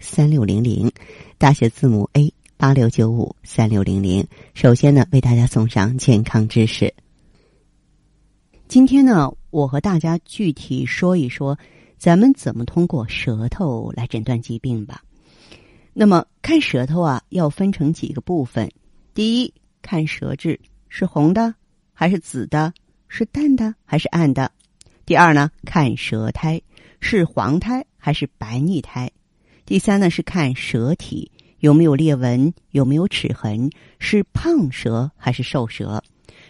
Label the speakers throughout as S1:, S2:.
S1: 三六零零，大写字母 A 八六九五三六零零。首先呢，为大家送上健康知识。今天呢，我和大家具体说一说，咱们怎么通过舌头来诊断疾病吧。那么看舌头啊，要分成几个部分。第一，看舌质是红的还是紫的，是淡的还是暗的。第二呢，看舌苔是黄苔还是白腻苔；第三呢，是看舌体有没有裂纹，有没有齿痕，是胖舌还是瘦舌，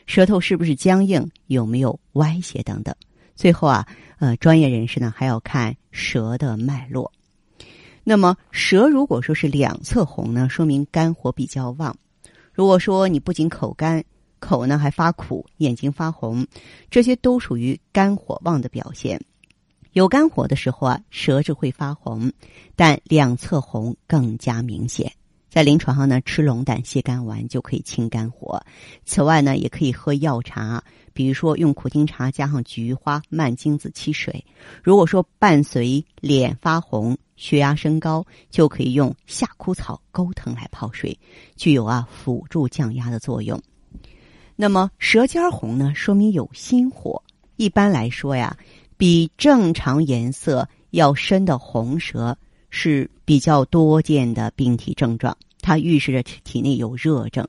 S1: 舌头是不是僵硬，有没有歪斜等等。最后啊，呃，专业人士呢还要看舌的脉络。那么舌如果说是两侧红呢，说明肝火比较旺；如果说你不仅口干，口呢还发苦，眼睛发红，这些都属于肝火旺的表现。有肝火的时候啊，舌质会发红，但两侧红更加明显。在临床上呢，吃龙胆泻肝丸就可以清肝火。此外呢，也可以喝药茶，比如说用苦丁茶加上菊花、蔓荆子沏水。如果说伴随脸发红、血压升高，就可以用夏枯草钩藤来泡水，具有啊辅助降压的作用。那么舌尖儿红呢，说明有心火。一般来说呀，比正常颜色要深的红舌是比较多见的病体症状，它预示着体内有热症。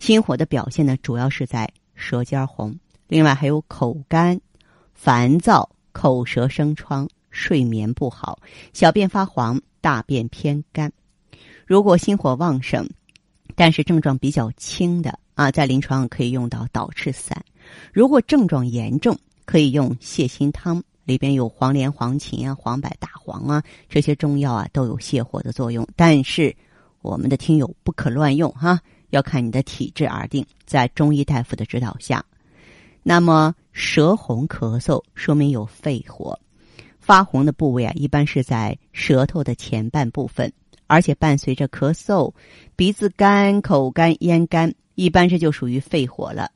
S1: 心火的表现呢，主要是在舌尖儿红，另外还有口干、烦躁、口舌生疮、睡眠不好、小便发黄、大便偏干。如果心火旺盛，但是症状比较轻的啊，在临床上可以用到导赤散。如果症状严重，可以用泻心汤，里边有黄连、黄芩啊、黄柏、大黄啊这些中药啊，都有泻火的作用。但是我们的听友不可乱用哈、要看你的体质而定，在中医大夫的指导下。那么舌红咳嗽说明有肺火，发红的部位啊，一般是在舌头的前半部分，而且伴随着咳嗽、鼻子干、口干、咽干，一般这就属于肺火了。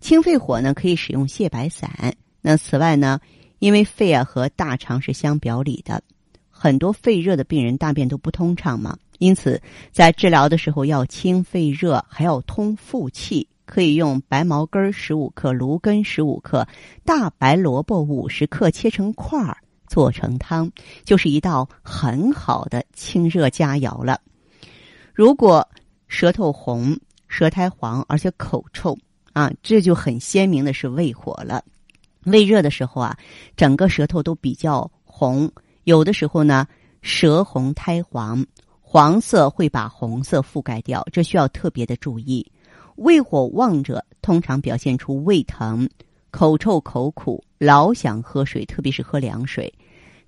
S1: 清肺火呢，可以使用泻白散。那此外呢，因为肺啊和大肠是相表里的，很多肺热的病人大便都不通畅嘛，因此在治疗的时候要清肺热，还要通腹气。可以用白茅根十五克、芦根十五克、大白萝卜五十克切成块儿做成汤，就是一道很好的清热佳肴了。如果舌头红、舌苔黄，而且口臭啊，这就很鲜明的是胃火了。胃热的时候啊，整个舌头都比较红，有的时候呢，舌红苔黄，黄色会把红色覆盖掉，这需要特别的注意。胃火旺者通常表现出胃疼、口臭、口苦，老想喝水，特别是喝凉水。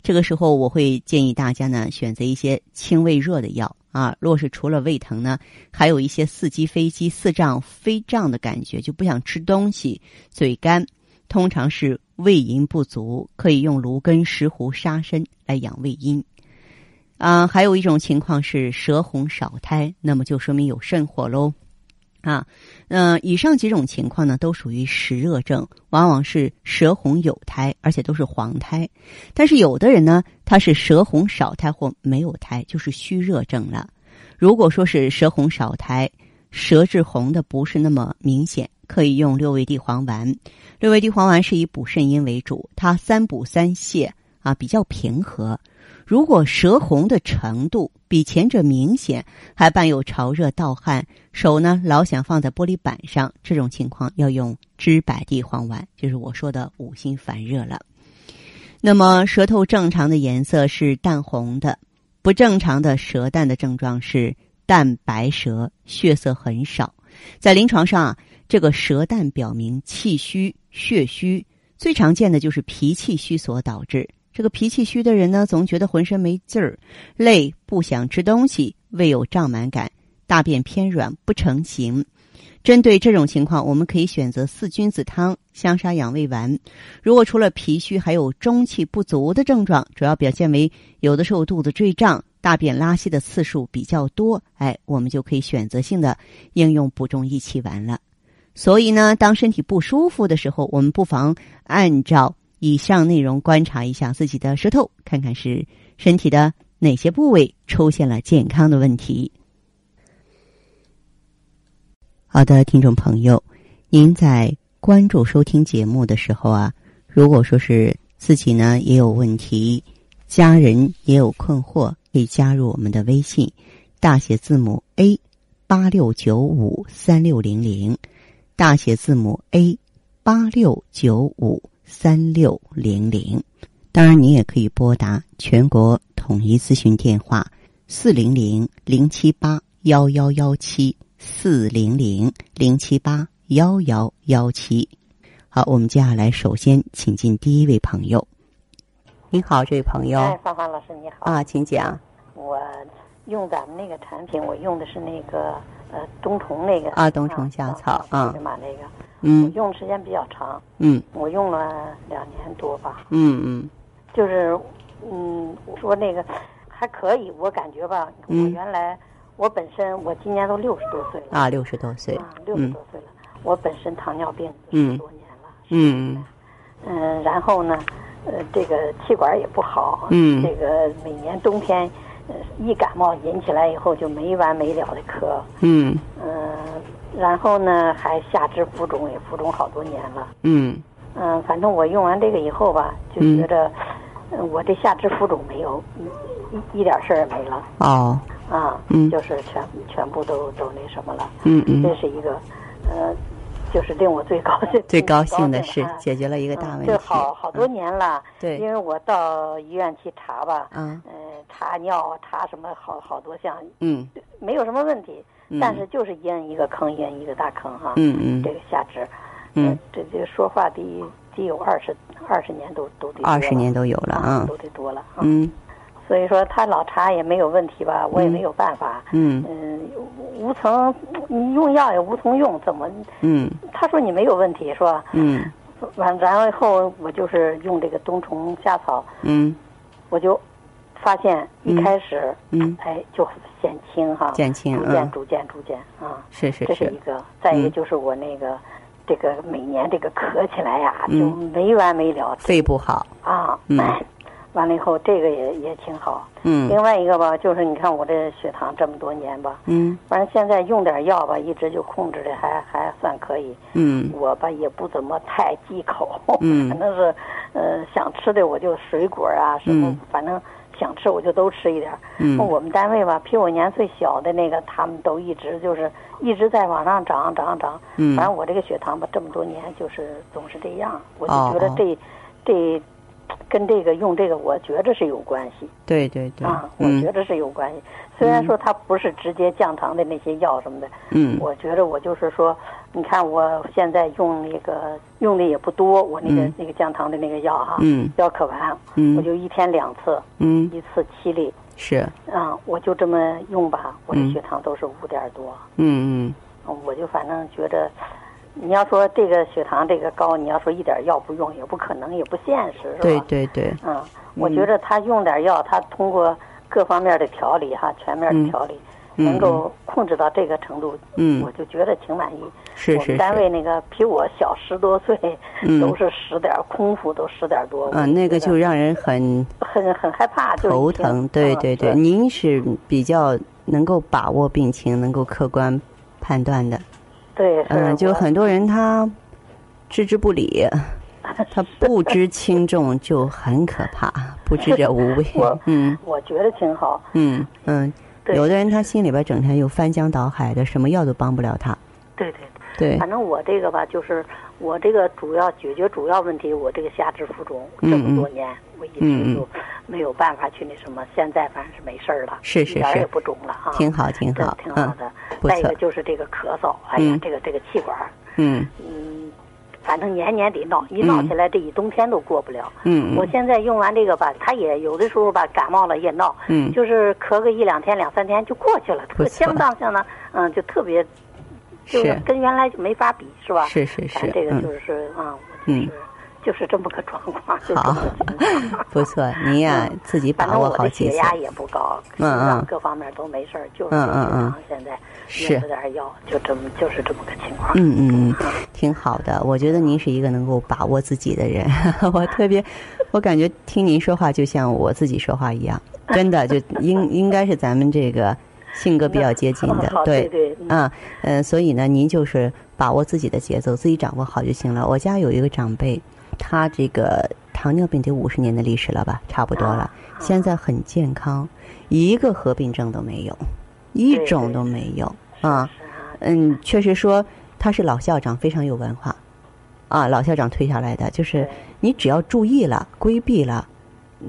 S1: 这个时候，我会建议大家呢选择一些清胃热的药啊。若是除了胃疼呢，还有一些伺机非机、四胀、非胀的感觉，就不想吃东西，嘴干，通常是胃阴不足，可以用芦根、石斛、沙参来养胃阴。啊，还有一种情况是舌红少苔，那么就说明有肾火喽。啊，嗯、以上几种情况呢，都属于实热症，往往是舌红有苔，而且都是黄苔。但是有的人呢，他是舌红少苔或没有苔，就是虚热症了。如果说是舌红少苔，舌质红的不是那么明显，可以用六味地黄丸。六味地黄丸是以补肾阴为主，它三补三泻啊，比较平和。如果舌红的程度比前者明显，还伴有潮热、盗汗，手呢老想放在玻璃板上，这种情况要用知柏地黄丸，就是我说的五心烦热了。那么舌头正常的颜色是淡红的，不正常的舌淡的症状是淡白舌，血色很少。在临床上啊，这个舌淡表明气虚、血虚，最常见的就是脾气虚所导致。这个脾气虚的人呢，总觉得浑身没劲儿，累，不想吃东西，胃有胀满感，大便偏软不成形。针对这种情况，我们可以选择四君子汤、香砂养胃丸。如果除了脾虚，还有中气不足的症状，主要表现为有的时候肚子坠胀、大便拉稀的次数比较多，哎，我们就可以选择性的应用补中益气丸了。所以呢，当身体不舒服的时候，我们不妨按照以上内容观察一下自己的舌头，看看是身体的哪些部位出现了健康的问题。好的，听众朋友，您在关注收听节目的时候啊，如果说是自己呢也有问题，家人也有困惑，可以加入我们的微信，大写字母 A 八六九五三六零零。大写字母 A 八六九五三六零零，当然你也可以拨打全国统一咨询电话四零零零七八幺幺幺七四零零零七八幺幺幺七。好，我们接下来首先请进第一位朋友。您好，这位朋友
S2: 哎，芳芳老师你好。
S1: 啊，请讲。
S2: 我用咱们那个产品，我用的是那个呃冬虫那个
S1: 啊冬虫夏草
S2: 啊，
S1: 嗯
S2: 对嘛那个，我
S1: 嗯
S2: 用的时间比较长，
S1: 嗯
S2: 我用了两年多吧，
S1: 嗯嗯
S2: 就是嗯我说那个还可以，我感觉吧，我
S1: 嗯
S2: 原来我本身我今年都六十多岁了
S1: 啊，六十多岁，
S2: 六十、60
S1: 嗯
S2: 多岁了，我本身糖尿病
S1: 嗯
S2: 十多年了，
S1: 嗯
S2: 嗯，然后呢，呃，这个气管也不好，
S1: 嗯
S2: 这个每年冬天，呃，一感冒引起来以后就没完没了的咳，
S1: 嗯
S2: 嗯、然后呢还下肢浮肿，也浮肿好多年了，
S1: 嗯
S2: 嗯、反正我用完这个以后吧，就
S1: 嗯
S2: 觉着、呃我这下肢浮肿没有，一一点事儿也没了
S1: 哦
S2: 啊，
S1: 嗯
S2: 就是全全部都都那什么了，
S1: 嗯嗯。
S2: 这是一个，呃，就是令我最高兴
S1: 最高兴的是
S2: 啊
S1: 解决了一个大问
S2: 嗯
S1: 题。嗯
S2: 这好好多年了，
S1: 对
S2: 因为我到医院去查吧，
S1: 啊，
S2: 嗯、查尿查什么好好多项，
S1: 嗯
S2: 没有什么问题，
S1: 嗯
S2: 但是就是阴一个坑，阴一个大坑哈、
S1: 嗯
S2: 这
S1: 嗯
S2: 个下肢，呃
S1: 嗯，
S2: 这这说话得得有二十二十年都都得
S1: 二十
S2: 多了
S1: 年都有了啊，
S2: 都得多了啊，
S1: 嗯
S2: 所以说他老查也没有问题吧，我也
S1: 嗯
S2: 没有办法，
S1: 嗯
S2: 嗯，无无从你用药也无从用，怎么
S1: 嗯
S2: 他说你没有问题是吧？
S1: 嗯
S2: 完，然后以后我就是用这个冬虫夏草，
S1: 嗯
S2: 我就发现一开始，
S1: 嗯，
S2: 哎，就减轻哈，
S1: 减轻
S2: 逐
S1: 嗯
S2: 渐，逐渐逐渐啊，
S1: 是是
S2: 这是一
S1: 是，
S2: 个。再一个
S1: 嗯
S2: 就是我那个，这个每年这个咳起来呀，
S1: 嗯
S2: 就没完没了
S1: 肺不好，
S2: 啊
S1: 嗯。
S2: 完了以后，这个也也挺好。
S1: 嗯
S2: 另外一个吧，就是你看我这血糖这么多年吧，
S1: 嗯
S2: 反正现在用点药吧，一直就控制的还还算可以。
S1: 嗯
S2: 我吧也不怎么太忌口，
S1: 嗯
S2: 反正是，呃，想吃的我就水果啊什么，
S1: 嗯
S2: 反正想吃我就都吃一点儿。
S1: 嗯
S2: 我们单位吧，比我年岁小的那个，他们都一直就是一直在往上涨涨涨。反
S1: 嗯
S2: 正我这个血糖吧，这么多年就是总是这样，我就
S1: 哦
S2: 觉得
S1: 哦
S2: 这、这跟这个用这个，我觉着是有关系
S1: 对对对
S2: 啊，，我觉
S1: 嗯
S2: 着是有关系。虽然说它不是直接降糖的那些药什么的，
S1: 嗯
S2: 我觉着我就是说，你看我现在用那个用的也不多，我那个、
S1: 嗯
S2: 那个降糖的那个药哈，
S1: 嗯
S2: 药可丸，我
S1: 嗯
S2: 就一天两次，
S1: 嗯
S2: 一次七粒，
S1: 是，
S2: 啊、我就这么用吧，我这
S1: 嗯
S2: 血糖都是五点多，
S1: 嗯
S2: 我就反正觉着，你要说这个血糖这个高，你要说一点药不用也不可能，也不现实，是
S1: 嗯
S2: 吧？
S1: 对对对，
S2: 嗯，我觉着他用点药，他通过各方面的调理哈，全面
S1: 嗯
S2: 的调理，
S1: 嗯
S2: 能够控制到这个程度，
S1: 嗯
S2: 我就觉得挺满意。
S1: 是
S2: 我
S1: 是
S2: 们单
S1: 是，
S2: 位那个比我小十多岁，
S1: 嗯
S2: 都是十点儿空腹，都十点儿多。我
S1: 嗯，那个就让人很
S2: 很很害怕，就是
S1: 头
S2: 一天
S1: 疼，对
S2: 嗯
S1: 对
S2: 是
S1: 对，您是比较能够把握病情，能够客观判断的。
S2: 对，是
S1: 嗯，就
S2: 我
S1: 很多人他置之不理，他不知轻重就很可怕，不知者无畏
S2: 我。
S1: 嗯
S2: 我觉得挺好。
S1: 嗯嗯，
S2: 对
S1: 有的人他心里边整天又翻江倒海的，什么药都帮不了他。
S2: 对对，
S1: 对
S2: 反，正我这个吧，就是我这个主要解决主要问题，我这个下肢浮肿
S1: 嗯
S2: 这么多年，我一
S1: 嗯嗯
S2: 直就没有办法去那什么，现在反正是没事儿了，
S1: 是
S2: 一
S1: 是
S2: 点儿
S1: 是
S2: 也不肿了啊，
S1: 挺好挺
S2: 对
S1: 好，
S2: 挺好
S1: 嗯
S2: 的。
S1: 不
S2: 再一
S1: 错
S2: 个就是这个咳嗽，哎呀
S1: 嗯，
S2: 这个这个气管儿，
S1: 嗯
S2: 嗯，反正年年得闹，一闹起来这一冬天都过不了。
S1: 嗯
S2: 我现在用完这个吧，它也有的时候吧感冒了也闹，
S1: 嗯
S2: 就是咳个一两天、两三天就过去了，
S1: 不
S2: 特
S1: 错
S2: 相当相当，嗯，就特别，就是
S1: 是
S2: 跟原来就没法比，是吧？
S1: 是是
S2: 咱
S1: 是，
S2: 这个
S1: 嗯
S2: 就。是啊，我
S1: 嗯
S2: 就是就是这么个状况，就是
S1: 好
S2: 这么个 情况
S1: 不错，您呀、
S2: 嗯
S1: 自己
S2: 反
S1: 把
S2: 正
S1: 握
S2: 我
S1: 好
S2: 的
S1: 节
S2: 血
S1: 奏。
S2: 压也不高，心
S1: 嗯
S2: 脏
S1: 嗯
S2: 各方面都没事儿，就是
S1: 嗯
S2: 这
S1: 嗯
S2: 个
S1: 嗯
S2: 血
S1: 是
S2: 糖现在也有点药，就这么就是这么个情况。。
S1: 嗯嗯嗯，挺好的。我觉得您是一个能够把握自己的人。 我特别，我感觉听您说话就像我自己说话一样，真的就应应该是咱们这个性格比较接近的
S2: 好
S1: 对，
S2: 对，嗯
S1: 嗯嗯、呃所以呢，您就是把握自己的节奏，自己掌握好就行了。我家有一个长辈，他这个糖尿病得五十年的历史了吧，差不多
S2: 啊
S1: 了，现在很健康，一个合并症都没有，一
S2: 对
S1: 种
S2: 对
S1: 都没有啊。
S2: 是啊，
S1: 嗯，确实说他是老校长，非常有文化，啊，老校长退下来的，就是
S2: 对
S1: 你只要注意了、规避了，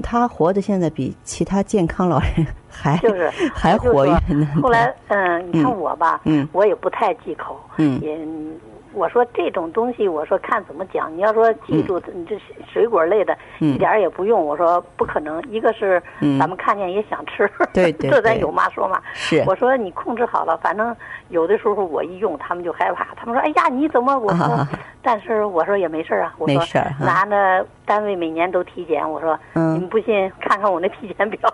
S1: 他活的现在比其他健康老人还
S2: 就是
S1: 还活跃呢。
S2: 后来，嗯，你看
S1: 嗯
S2: 我吧，
S1: 嗯
S2: 我也不太忌口，
S1: 嗯
S2: 也我说这种东西，我说看怎么讲。你要说记住，你这水果类的，
S1: 嗯
S2: 一点儿也不用。我说不可能，一个是
S1: 嗯
S2: 咱们看见也想吃，
S1: 对对
S2: 这咱
S1: 对
S2: 有嘛说嘛。
S1: 是
S2: 我说你控制好了，反正有的时候我一用，他们就害怕，他们说：“哎呀，你怎么？”我说：“
S1: 啊
S2: 但是我说也没事儿啊，我
S1: 没
S2: 说
S1: 事儿哈
S2: 拿着单位每年都体检，我说、
S1: 嗯
S2: 你们不信，看看我那体检表。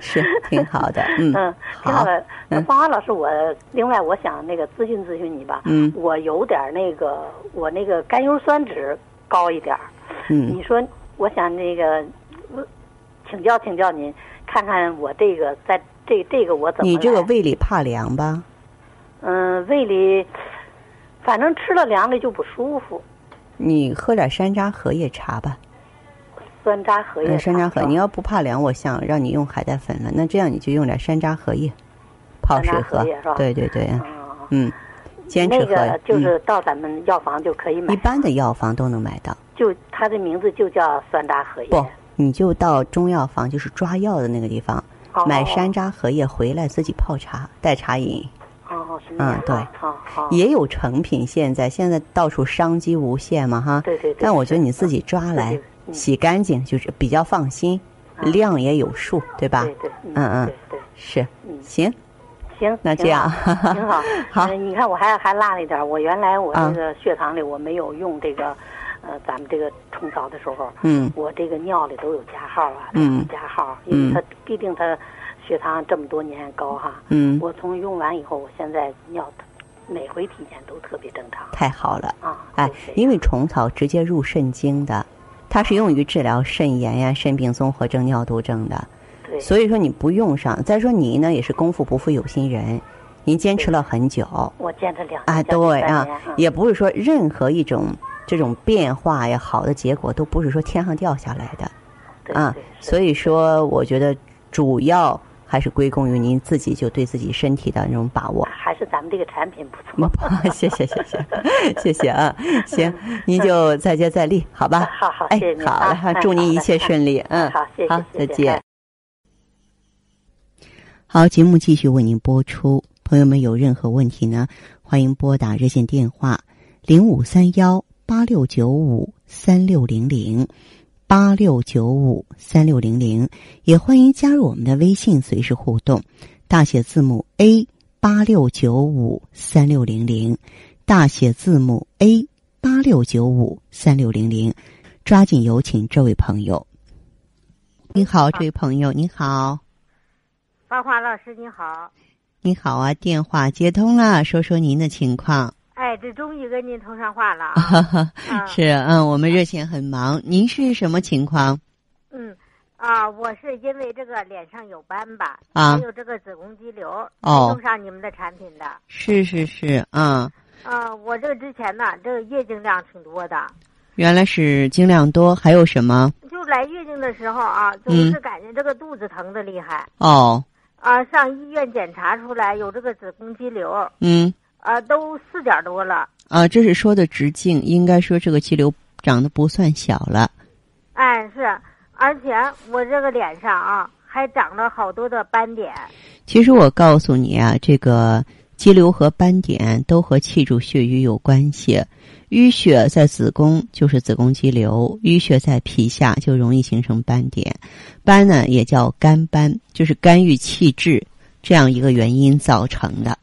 S1: 是挺好的，嗯
S2: 嗯， 挺好的。那
S1: 嗯
S2: 芳华老师，我另外我想那个咨询咨询你吧。
S1: 嗯
S2: 我有点儿那个，我那个甘油酸酯高一点儿。
S1: 嗯
S2: 你说，我想那个，呃请教请教您，看看我这个在这这个我怎么
S1: 你这个
S2: 来
S1: 胃里怕凉吧？
S2: 嗯胃里，反正吃了凉的就不舒服。
S1: 你喝点山楂荷叶茶吧，
S2: 酸楂荷叶
S1: 嗯，
S2: 茶
S1: 山
S2: 是吧，
S1: 楂荷，你要不怕凉，我想让你用海带粉了。那这样你就用点山楂荷叶泡
S2: 山
S1: 水
S2: 楂荷
S1: 喝
S2: 叶是吧，
S1: 对对对，
S2: 嗯
S1: 嗯，坚持
S2: 那
S1: 喝。
S2: 个就
S1: 嗯
S2: 是到咱们药房就可以买
S1: 一，般的药房都能买到，
S2: 就它的名字就叫酸楂荷叶。
S1: 不，你就到中药房，就是抓药的那个地方，
S2: 哦
S1: 买山楂荷叶回来自己泡茶，带茶饮。
S2: 哦，是
S1: 嗯
S2: 那样
S1: 对
S2: 啊好好，
S1: 也有成品，现在现在到处商机无限嘛，哈。
S2: 对对对
S1: 但我觉得你自己抓来
S2: 自己，嗯
S1: 洗干净就是比较放心，量也有数，对吧
S2: 对？对，
S1: 嗯嗯
S2: 对对，
S1: 是，
S2: 嗯，
S1: 行，
S2: 行，
S1: 那
S2: 挺
S1: 这样
S2: 好 挺好。
S1: 好
S2: 嗯你看我还还落了一点儿，我原来我
S1: 啊
S2: 这个血糖里我没有用这个，呃，咱们这个冲勺的时候，
S1: 嗯
S2: 我这个尿里都有加号啊，
S1: 嗯
S2: 加号，
S1: 嗯
S2: 因为它毕竟它血糖这么多年高哈。
S1: 嗯，
S2: 我从用完以后，我现在尿每回体检都特别正常
S1: 太好了。
S2: 啊。
S1: 哎
S2: 就是，
S1: 因为虫草直接入肾经的，它是用于治疗肾炎呀、肾病综合症、尿毒症的。
S2: 对，
S1: 所以说你不用上。再说您呢，也是功夫不负有心人，您坚持了很久
S2: 我见这两
S1: 啊，
S2: 将近
S1: 对
S2: 三
S1: 啊
S2: 年，
S1: 也不是说任何一种这种变化呀，好的结果都不是说天上掉下来的
S2: 对
S1: 啊
S2: 对。是
S1: 所以说，我觉得主要还是归功于您自己就对自己身体的那种把握。
S2: 还是咱们这个产品不错。
S1: 么吧，谢谢谢谢谢谢啊，行，您就再接再厉，好吧？
S2: 好好
S1: 哎
S2: 谢谢，您
S1: 好
S2: 啊
S1: 了
S2: 哎
S1: 哈，祝
S2: 好
S1: 您一
S2: 的
S1: 切
S2: 哎
S1: 顺利，嗯，
S2: 好谢谢
S1: 好，
S2: 谢
S1: 再
S2: 谢
S1: 见
S2: 哎。
S1: 好，节目继续为您播出。朋友们有任何问题呢，欢迎拨打热线电话零五三幺八六九五三六零零八六九五三六零零，也欢迎加入我们的微信随时互动，大写字母 A 八六九五三六零零，大写字母 A 八六九五三六零零，抓紧有请这位朋友。你好，这位朋友，你好。
S3: 芳华老师你好，
S1: 你好啊，电话接通了，说说您的情况。
S3: 哎，这终于跟您通上话 了啊！啊
S1: 是，嗯，我们热线很忙，您是什么情况
S3: 嗯啊，我是因为这个脸上有斑吧，
S1: 啊
S3: 还？有这个子宫肌瘤，
S1: 哦
S3: 用上你们的产品的。
S1: 是是是，嗯，
S3: 啊，我这个之前呢，这个月经量挺多的，
S1: 原来是经量多，还有什么？
S3: 就来月经的时候啊，总
S1: 嗯
S3: 是感觉这个肚子疼的厉害。
S1: 哦，
S3: 啊，上医院检查出来有这个子宫肌瘤，
S1: 嗯，
S3: 啊，都四点多了，
S1: 啊，这是说的直径，应该说这个肌瘤长得不算小了。
S3: 哎是，而且我这个脸上啊还长了好多的斑点，
S1: 其实我告诉你啊，这个肌瘤和斑点都和气柱血瘀有关系。淤血在子宫就是子宫肌瘤，淤血在皮下就容易形成斑点。斑呢也叫肝斑，就是肝郁气滞这样一个原因造成的。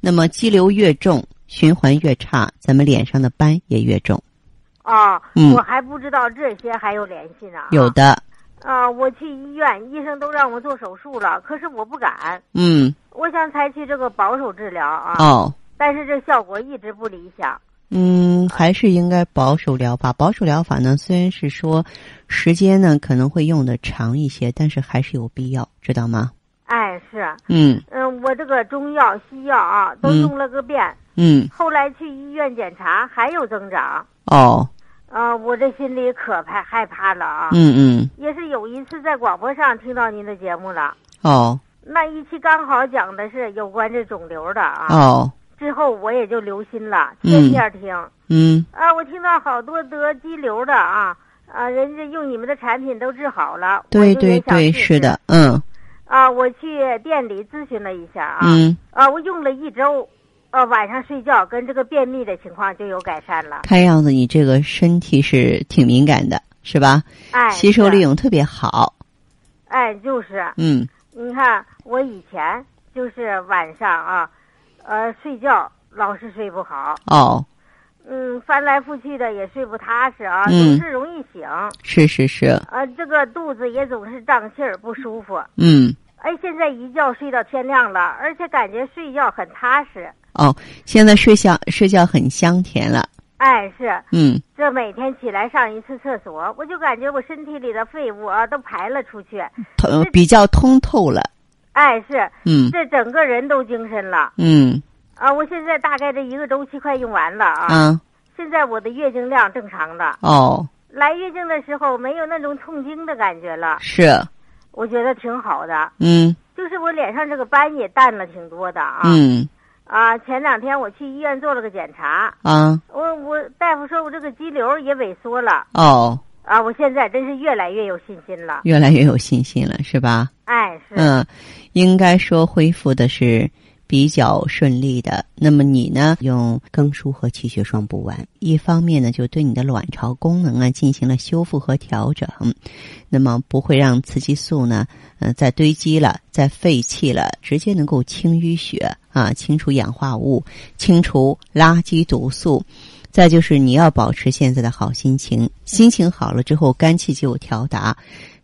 S1: 那么肌瘤越重，循环越差，咱们脸上的斑也越重。
S3: 啊，
S1: 嗯
S3: 我还不知道这些还有联系呢。
S1: 有的，
S3: 啊，我去医院，医生都让我做手术了，可是我不敢，
S1: 嗯，
S3: 我想采取这个保守治疗啊，
S1: 哦，
S3: 但是这效果一直不理想。
S1: 嗯，还是应该保守疗法。保守疗法呢，虽然是说时间呢可能会用的长一些，但是还是有必要，知道吗？
S3: 哎，是，
S1: 嗯
S3: 嗯，我这个中药、西药啊，都
S1: 嗯
S3: 用了个遍，
S1: 嗯，
S3: 后来去医院检查还有增长，
S1: 哦，
S3: 啊，我这心里可怕害怕了啊。
S1: 嗯嗯，
S3: 也是有一次在广播上听到您的节目了，
S1: 哦
S3: 那一期刚好讲的是有关这肿瘤的啊。
S1: 哦，
S3: 之后我也就留心了，
S1: 嗯
S3: 天天听、
S1: 嗯
S3: 啊，我听到好多得肌瘤的啊啊，人家用你们的产品都治好了，
S1: 对
S3: 我就也
S1: 对
S3: 想
S1: 对，
S3: 试
S1: 是
S3: 试
S1: 的，嗯
S3: 啊，我去店里咨询了一下啊、
S1: 嗯，
S3: 啊，我用了一周，呃、晚上睡觉跟这个便秘的情况就有改善了，
S1: 看样子你这个身体是挺敏感的，是吧？
S3: 哎，
S1: 吸收
S3: 是
S1: 利，用特别好，
S3: 哎，就是，
S1: 嗯
S3: 你看我以前就是晚上啊，呃，睡觉老是睡不好，
S1: 哦，
S3: 嗯，翻来覆去的也睡不踏实啊，
S1: 嗯
S3: 总是容易醒。
S1: 是是是，
S3: 呃，这个肚子也总是胀气儿，不舒服。
S1: 嗯。
S3: 哎，现在一觉睡到天亮了，而且感觉睡觉很踏实。
S1: 哦，现在睡觉睡觉很香甜了，
S3: 哎，是
S1: 嗯，
S3: 这每天起来上一次厕所，我就感觉我身体里的废物啊都排了出去。
S1: 通
S3: 嗯
S1: 比较通透了，
S3: 哎，是
S1: 嗯
S3: 这整个人都精神了
S1: 嗯
S3: 啊！我现在大概这一个周期快用完了啊，
S1: 啊
S3: 现在我的月经量正常的，
S1: 哦
S3: 来月经的时候没有那种痛经的感觉了，
S1: 是，
S3: 我觉得挺好的。
S1: 嗯
S3: 就是我脸上这个斑也淡了挺多的啊。
S1: 嗯
S3: 啊，前两天我去医院做了个检查，
S1: 啊
S3: 我我大夫说我这个肌瘤也萎缩了
S1: 哦，
S3: 啊，我现在真是越来越有信心了。
S1: 越来越有信心了，是吧？
S3: 哎，是，
S1: 嗯，应该说恢复的是比较顺利的。那么你呢，用更舒和气血双补丸，一方面呢就对你的卵巢功能啊进行了修复和调整，那么不会让雌激素呢，呃，再堆积了、再废弃了，直接能够清淤血啊，清除氧化物，清除垃圾毒素。再就是你要保持现在的好心情，心情好了之后，肝气就有调达，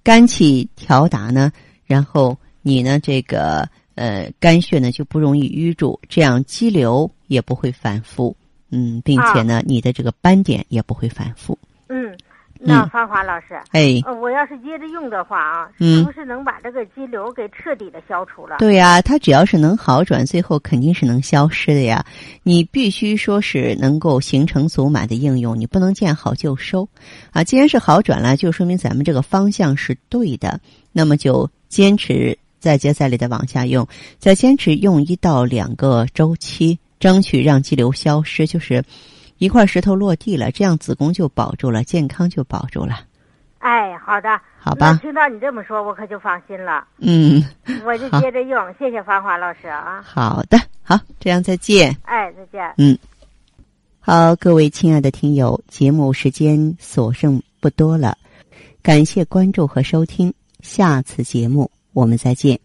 S1: 肝气调达呢，然后你呢这个呃肝血呢就不容易淤住，这样肌瘤也不会反复，嗯，并且呢、你的这个斑点也不会反复，
S3: 嗯，那
S1: 嗯
S3: 芳华老师，
S1: 哎，
S3: 呃，我要是接着用的话啊，
S1: 嗯
S3: 是不是能把这个肌瘤给彻底的消除了？
S1: 对呀、它只要是能好转，最后肯定是能消失的呀。你必须说是能够形成足满的应用，你不能见好就收啊。既然是好转了，就说明咱们这个方向是对的，那么就坚持再接再厉的往下用，再坚持用一到两个周期，争取让肌瘤消失，就是一块石头落地了，这样子宫就保住了，健康就保住了，
S3: 哎，好的，
S1: 好
S3: 那
S1: 吧？
S3: 听到你这么说，我可就放心 了，
S1: 嗯，
S3: 我就
S1: 好
S3: 接着用。谢谢芳华老师啊，
S1: 好的，好，这样再见。
S3: 哎，再见。
S1: 好，各位亲爱的听友，节目时间所剩不多了，感谢关注和收听，下次节目我们再见。